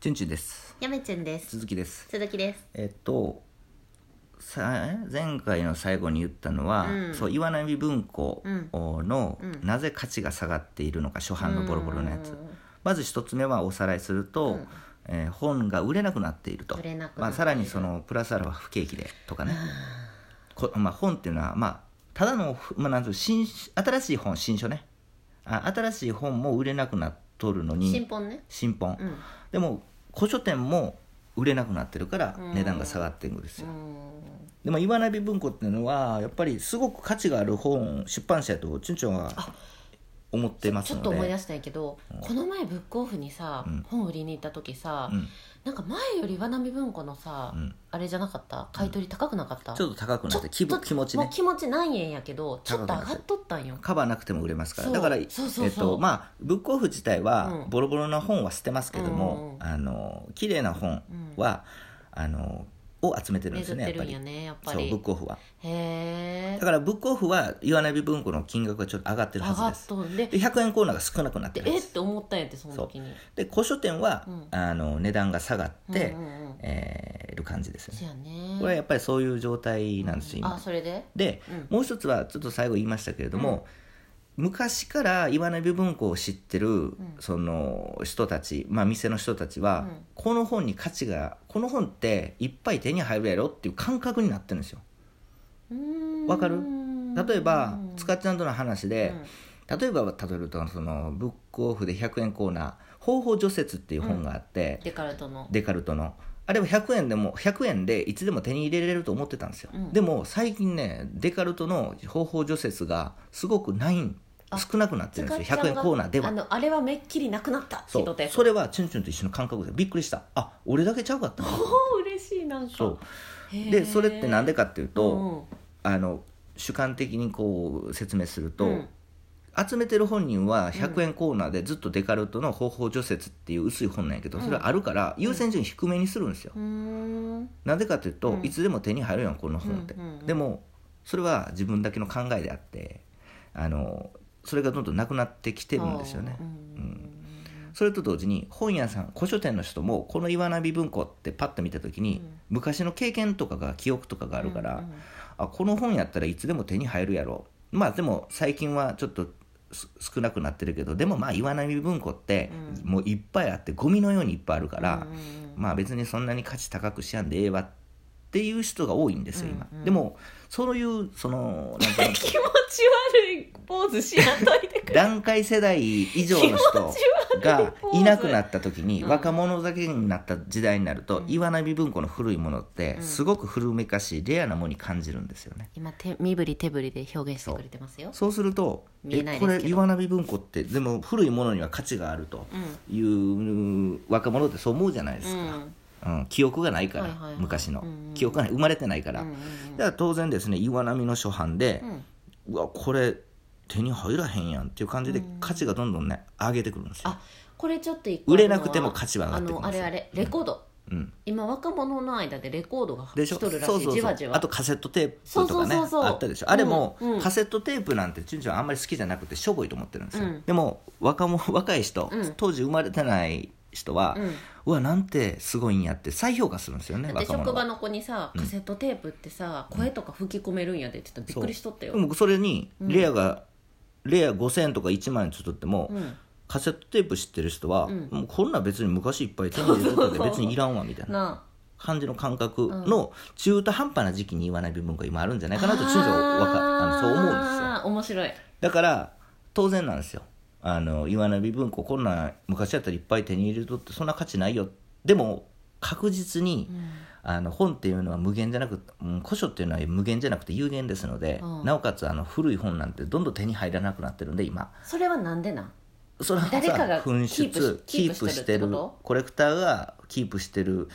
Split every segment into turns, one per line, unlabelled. チュンチュンです
やめちゅんです
鈴木です
鈴木です
えっとさ前回の最後に言ったのは、
うん
そう岩波文庫
うん
の、
うん
なぜ価値が下がっているのか初版のボロボロのやつ、
うん
まず一つ目はおさらいすると、
うん
えー本が売れなくなっていると
売れなくなっている
まあ、さらにそのプラスアルファ不景気でとかね、こまあ、本っていうのは、まあ、ただの、まあ、なんていうの新新しい本新書ねあ新しい本も売れなくなっとるのに
新本ね
新本、
うん
でも古書店も売れなくなってるから
うん
値段が下がっていくんです
う
よ、
ん
でも岩波文庫っていうのはやっぱりすごく価値がある本出版社やとチュンチュンは思ってます
ち
の
ょ
で
っと思い出したんやけど、この前ブックオフにさ、
うん
本売りに行った時さ、
うん
なんか前より岩波文庫のさ、
うん
あれじゃなかった買い取り高くなかった、
ちょっと高くなって気分気持ち
も
ね
う気持ち何円やけどちょっと上がっとったんよ
カバーなくても売れますから
そう
だから
そうそうそう
えっとまあブックオフ自体は
うん
ボロボロな本は捨てますけども、
うん
あの綺麗な本は、あのを集めてるんです
巡
よねやっぱ
ってるん
り
やねやっぱ
そう
り
ブックオフは
へえ
だからブックオフは岩波文庫の金額がちょっと上がってる
上
はず
が
で
っ
す
とるんで
で100円コーナーが少なくなって
で
るん
え
で
っ
す
て思ったんやってその時に
で古書店は、
うん
あの値段が下がって、
うんうんうん
えーる感じですよね
そうやね
これはやっぱりそういう状態なんですよ、
あ
今
それで
で、
うん
もう一つはちょっと最後言いましたけれども、昔から岩波文庫を知ってる、その人たち、まあ、店の人たちは、
うん
この本に価値がこの本っていっぱい手に入るやろっていう感覚になってるんですよわ
わ
かる例えば
うん
塚ちゃんとの話で、例えば例えるとそのブックオフで100円コーナー「方法除雪」っていう本があって、
デカルトの
デカルトのあれは100円でも100円でいつでも手に入れれると思ってたんですよ、
うん
でも最近ねデカルトの方法除雪がすごくないん少なくなってるんですよ
塚ち
100
ゃ
円
んが
コーナーで
あ
は
のあれはめっきりなくなったって
そ
言っと
う
ったやつ
それはチュンチュンと一緒の感覚でびっくりしたあ俺だけちゃうかったな
おお嬉しいなんか
そう
へー
でそれってなんでかっていうと、
うん
あの主観的にこう説明すると、
うん
集めてる本人は100円コーナーでずっとデカルトの「方法除雪」っていう薄い本なんやけどそれはあるから優先順位低めにするんですよ、
うーん
なぜかというと、
うん
いつでも手に入るやんこの本って、
うんうんうん
でもそれは自分だけの考えであってあのそれがどんどんなくなってきてるんですよね
あーうん
それと同時に本屋さん古書店の人もこの岩波文庫ってパッと見た時に、
うん
昔の経験とかが記憶とかがあるから、
うんうん
あこの本やったらいつでも手に入るやろまあでも最近はちょっとす少なくなってるけどでもまあ岩波文庫って
うん
もういっぱいあってゴミのようにいっぱいあるから
うん、うんうん
まあ別にそんなに価値高くしやんでええわっていう人が多いんですよ今、
うんうん
でもそういうそのなんか
気持ち悪いポーズしやんといてくれ
段階世代以上の人がいなくなった時に
うん
若者だけになった時代になると、
うん
岩波文庫の古いものって
うん
すごく古めかしいレアなものに感じるんですよね
今手身振り手振りで表現してくれてますよ
そうすると
見えない
こ
ですけど
れ岩波文庫ってでも古いものには価値があると
うん
いう若者ってそう思うじゃないです
う
か、
ん
うん記憶がないから、
はいはいはい
昔の、
うんうん
記憶がない生まれてないから、
うんうんうん
だから当然ですね岩波の初版で、
うん
うわこれ手に入らへんやんっていう感じで
うん
価値がどんどんね上げてくるんですよ
あこれちょっと一個
売れなくても価値は上が
あ
ってくる
の
ん
あ
です
れ
よ
あれレコード、
うん、
今若者の間でレコードが
で
来
しょ
とるらしい
そうそうそう
じわじわ
あとカセットテープとかね
そうそうそうそう
あったでしょあれも、
うんうん
カセットテープなんてチュンチュンあんまり好きじゃなくてしょぼいと思ってるんですよ、
うん
でも若者若い人、
うん
当時生まれてない人は、
う
うんわなんてすごいんやって再評価するんですよね
で
若
職
者
場
は
の子にさカセットテープってさ、声とか吹き込めるんやでって言ったらびっくりしとった
で
よ、
もそれにレアが、レア5000円とか1万円ちょっとっても、
うん
カセットテープ知ってる人は、
うん
もうこんな別に昔いっぱい手に入れてたんで別にいらんわみたいな
な
感じの感覚の中途半端な時期に言わない部分が今あるんじゃないかなと中女はわかあのそう思うんですよ
よ面白い
だから当然なんですよあの岩波文庫こんなん昔やったらいっぱい手に入れとってそんな価値ないよでも確実に、あの本っていうのは無限じゃなく、うん、古書っていうのは無限じゃなくて有限ですので、
うん
なおかつあの古い本なんてどんどん手に入らなくなってるんで今
それはなんでなん
それはさ
誰かが
紛
キープ
失
しキープしてるってこと
コレクターがキープしてる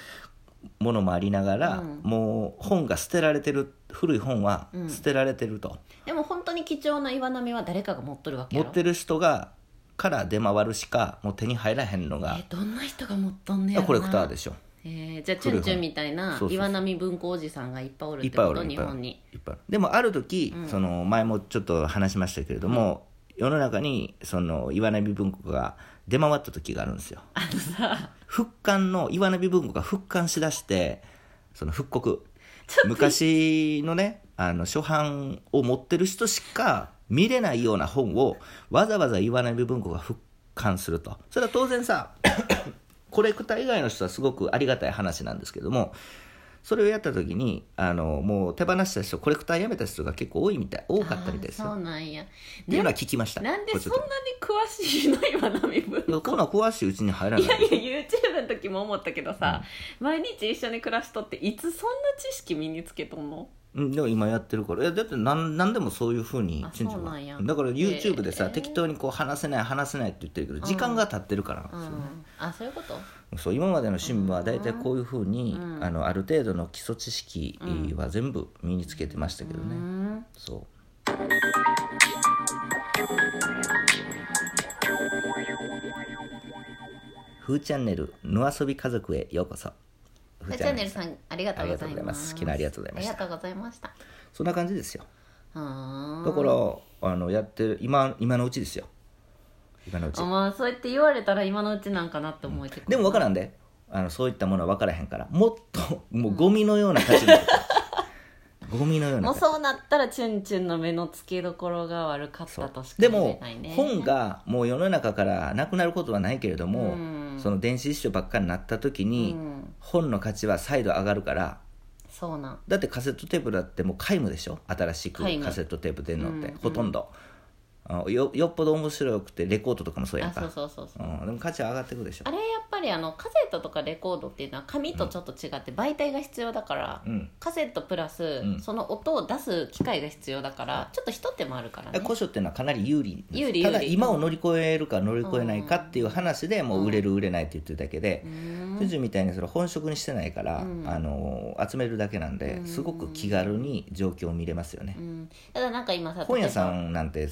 ものもありながら、
うん
もう本が捨てられてる古い本は
うん
捨てられてると、
でも本当に貴重な岩波は誰かが持っとるわけや
持
ろ
ってる人がから出回るしかもう手に入らへんのが
えどんな人が持っとんねやろな
コレクターでしょ
えーじゃあチュンチュンみたい
そう
な
そうそう
岩波文庫おじさんがいっぱいおるっ
いってぱい
こ
お
と
るい
日
っぱいお
本
る
に
いっぱいおるでもある時、その前もちょっと話しましたけれども、世の中にその岩波文庫が出回った時があるんですよ
あのさ
復刊の岩波文庫が復刊しだしてその復刻
ちょっと
昔のねあの初版を持ってる人しか見れないような本をわざわざ岩波文庫が復刊するとそれは当然さコレクター以外の人はすごくありがたい話なんですけどもそれをやった時にあのもう手放した人コレクター辞めた人が結構多いみたい多かったみたいです
あー
よ
そうなんや
っていうのは聞きました
なんで
こ
そ
れち
んな
ょっ
に詳しいの今波文
といやこんなん詳しいうちに入らない
いやいや YouTube の時も思ったけどさ、毎日一緒に暮らしとっていつそんな知識身につけとんの
うんでも今やってるからいやだって何何でもそういうふうに
あ
チェンジ
そうなんや
だから YouTube でさ、
へえ
適当にこう話せない話せないって言ってるけど時間が経ってるからなんで
う
すよね、
ん、あそういうこと
そう今までの趣味は大体こういうふうに、
うん
あのある程度の基礎知識は全部身につけてましたけどね、
うん
そう「ふーチャンネル野遊び家族へようこそ」ふ
チャンネルさんありがとうござ
ありがとうご
い
ざい
ま
ますす昨日ありがとうございました
ありがとうございました
そんな感じですよ
うん
だからあのやってる今今のうちですよ今のうち
あまあそうやって言われたら今のうちなんかなって思えてくる
でも分からんであのそういったものは分からへんからもっともうゴミのような価値に なるからゴミのような
もう
価値
そうなったらチュンチュンの目の付けどころが悪かったとしか
で
言え
も
ないね
本がもう世の中からなくなることはないけれども、
うん
その電子辞書ばっかりになった時
う
に、
ん
本の価値は再度上がるから
そうなん
だってカセットテープだってもう皆無でしょ新しく
皆無
カセットテープ出るのって、
うん
ほとんど、あよよっぽど面白くてレコードとかもそうや
あ
んか
そうそうそうそう
うん、でも価値は上がってくるでしょ
あれやっぱりあのカセットとかレコードっていうのは紙とちょっと違って媒体が必要だから、
うん
カセットプラス、
うん
その音を出す機械が必要だからちょっとひと手間あるからね
古書っていうのはかなり有利です
有利
ただ
有利
今を乗り越えるか乗り越えないかっていう話でもう売れる売れないって言ってるだけで
うーん
藤、みたいにそれ本職にしてないから、
うん
あの集めるだけなん
う
で
ん
すごく気軽に状況を見れますよね、
うん、ただなんか今さ
本屋
例
さ
えば
んなんて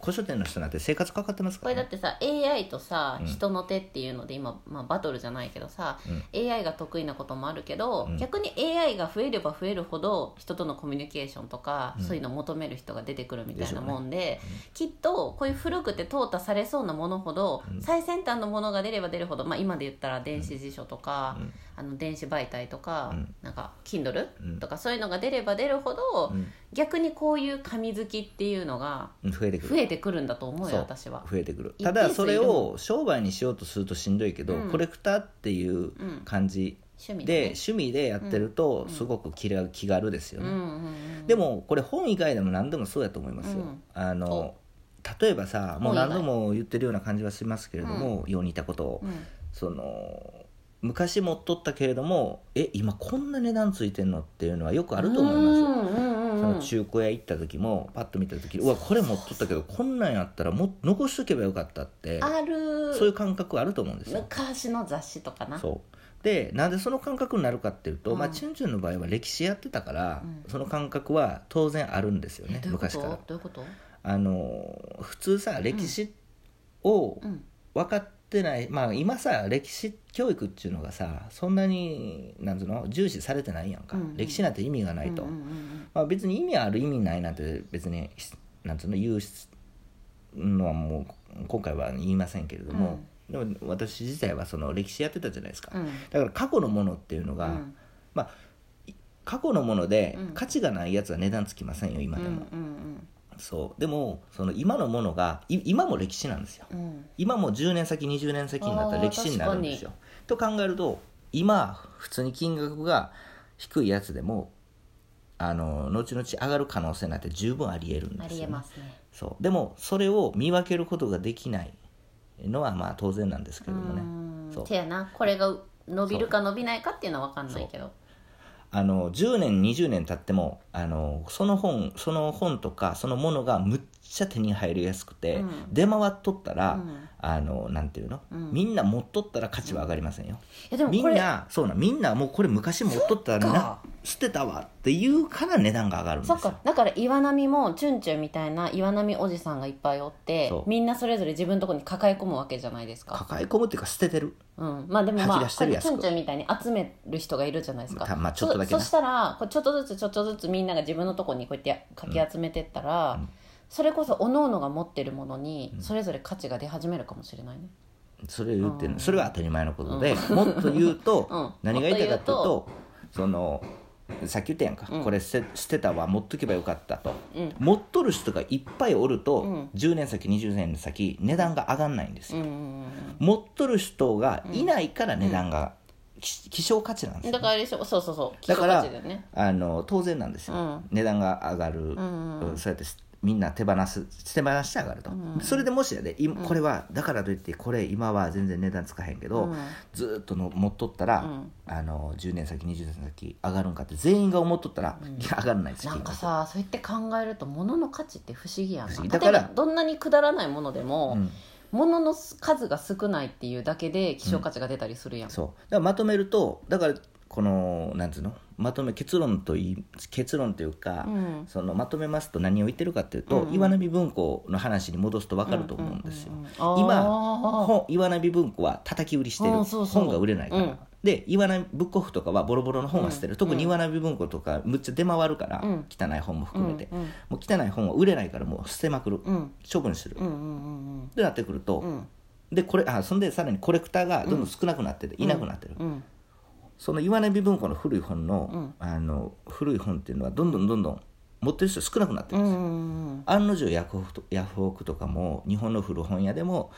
古書店の人なんて生活かかってます
こ
か
れ
ら、
だ
ね
っ、てさ AI とさ、
うん
人の手っていうので今、まあ、バトルじゃないけどさ、AI が得意なこともあるけど、
うん
逆に AI が増えれば増えるほど人とのコミュニケーションとか、
うん
そういうのを求める人が出てくるみたいなもん
し
で
ょうね
きっとこういう古くて淘汰されそうなものほど、
うん
最先端のものが出れば出るほど、まあ、今で言ったら電子辞書とか、
うん
あの電子媒体とか、
うん
なんか Kindle、
うん
とかそういうのが出れば出るほど、
うん
逆にこういう紙好きっていうのが
うん増えてく
増
る
えてくるんだと思う
そ
よ
う
私は。
増えてくる
一定数
ただそれを商売にしようとするとしんどいけど、
うん
コレクターっていう
うん
感じ
趣味
で、
ね
趣味でやってるとすごく気軽気軽ですよ
うん
ね、
うんうん、
でもこれ本以外でも何でもそうやと思いますよ、
うん
あの例えばさもう
本以外
何度も言ってるような感じはしますけれども、世にいたことを、
うん
その昔持っとったけれどもえ今こんな値段ついてんのっていうのはよくあると思います、
うんうんうんうん
その中古屋行った時もパッと見た時にうわこれ持っとったけどこんなんやったらも残しとけばよかったって
ある
そういう感覚あると思うんですよ
昔の雑誌とかな
そうでなんでその感覚になるかっていうと、
うん
まあチュンチュンの場合は歴史やってたから、
うん
その感覚は当然あるんですよ
え
ね
どういうこ
昔
と
から
どういうこと
あの普通さ歴史を
うん
分かってない、まあ今さ歴史教育っていうのがさそんなになんつうの重視されてないやんか、
うんうん
歴史なんて意味がないと、
うんうんうん
まあ、別に意味ある意味ないなんて別にしなんつうの言うのはもう今回は言いませんけれども、でも私自体はその歴史やってたじゃないですか、
うんうん
だから過去のものっていうのが、
うん
過去のもので
うん
価値がないやつは値段つきませんよ今でも、
うん
そうでもその今のものがい今も歴史なんですよ
うんうん
今も10年先20年先になったら歴史になるんですよと考えると今普通に金額が低いやつでもあの後々上がる可能性なんて十分ありえるんですよ、
ありえますね
そうでもそれを見分けることができないのはまあ当然なんですけ
う
れどもね
ん
そう
せやなこれが伸びるか伸びないかっていうのは分かんないけど
あの10年20年経ってもあのその本その本とかそのものがむっちゃ手に入りやすくて、
うん
出回っとったら、
うん
あのなんていうの、
うん
みんな持っとったら価値は上がりませんよ、
いやでも
み
こ
ん
れ
なそうなんみんなもうこれ昔持っとったらな捨てたわっていうから値段が上がるんです
そ
よ
っかだから岩波もチュンチュンみたいな岩波おじさんがいっぱいおって
そう
みんなそれぞれ自分のとこに抱え込むわけじゃないですか
抱え込むっていうか捨ててる
うん、まあでもま
吐き
あ
出してるやつ
チュンチュンみたいに集める人がいるじゃないですか、
たまあちょっとだけ
そ
な
そしたらこうちょっとずつちょっとずつみんなが自分のとこにこうやってかき集めてったら、それこそ各々が持ってるものにそれぞれ価値が出始めるかもしれないね、
それを言ってる
うん
のそれは当たり前のことで、
う
もっと言うと、
うん
何が言いたいかっていう
も
とそのさっき言ったやんか、
うん
これ捨て捨てたわ持っとけばよかったと、
うん
持っとる人がいっぱいおると、
うん
10年先20年先値段が上がんないんです
う
よ、
んうん
持っとる人がいないから値段が、き希少価値なんです
う
よ
んだからあれでしょそうそうそう
だから
希少価値だよね
あの当然なんですよ、
うん
値段が上がる、
ん
うんそうやってみんな手放す手放して上がると、それでもしやで、いこれはだからといってこれ今は全然値段つかへんけど、
うん
ずーっとの持っとったら、
うん
あの10年先20年先上がるんかって全員が思っとったら、いや上がらないです
なんかさそうやって考えると物の価値って不思議やん
不
な
思
例
議
え
だから
ばどんなにくだらないものでも、
うん
物の数が少ないっていうだけで希少価値が出たりするやん、
そうだからまとめるとだからこのなんつうのまとめ結論といい結論というか、
うん
そのまとめますと何を言ってるかっていうと、
うんうん
岩波文庫の話に戻すと分かると思うんですよ、
うんうんうんうん
今
あー
本岩波文庫は叩き売りしてる
うんそうそう
本が売れないから、
うん
で岩波ブックオフとかはボロボロの本は捨てる、
うん
特に岩波文庫とかむっちゃ出回るから、
うん
汚い本も含めて、
うんうん
もう汚い本は売れないからもう捨てまくる、
うん
処分する、
うんうん
ってなってくると、
うんうん
でこれあそんでさらにコレクターがどんどん少なくなってて、いなくなってる、
うん
その岩波文庫の古い本の,、
うん
あの古い本っていうのはどんどんどんどん持ってる人少なくなって
う
るん
ん
ですよ、
うん
案の定ヤフオクとヤフオクとかも日本の古本屋でも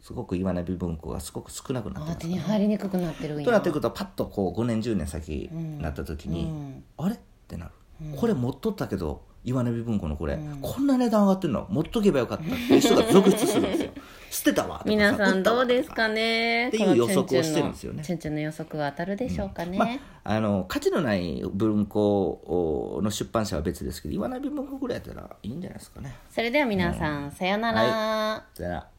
すごく岩波文庫がすごく少なくなって
あ
ま
手
す
に入りにくくなってるんや
となってくるとパッとこう5年10年先になった時に、
うん
あれってなる、これ持っとったけど岩波文庫のこれ、こんな値段上がってるの持っとけばよかったっていう人が続出するん ですよ捨てたわとかさ
皆さ
売
ん
った
ど
わ
う
と
ですかね
っていう予測をしてるんですよね
チュンチュンの予測は当たるでしょうかね、
まあ、あの価値のない文庫の出版社は別ですけど岩波文庫ぐらいやったらいいんじゃないですかね
それでは皆さん、さよなら、
はさよなら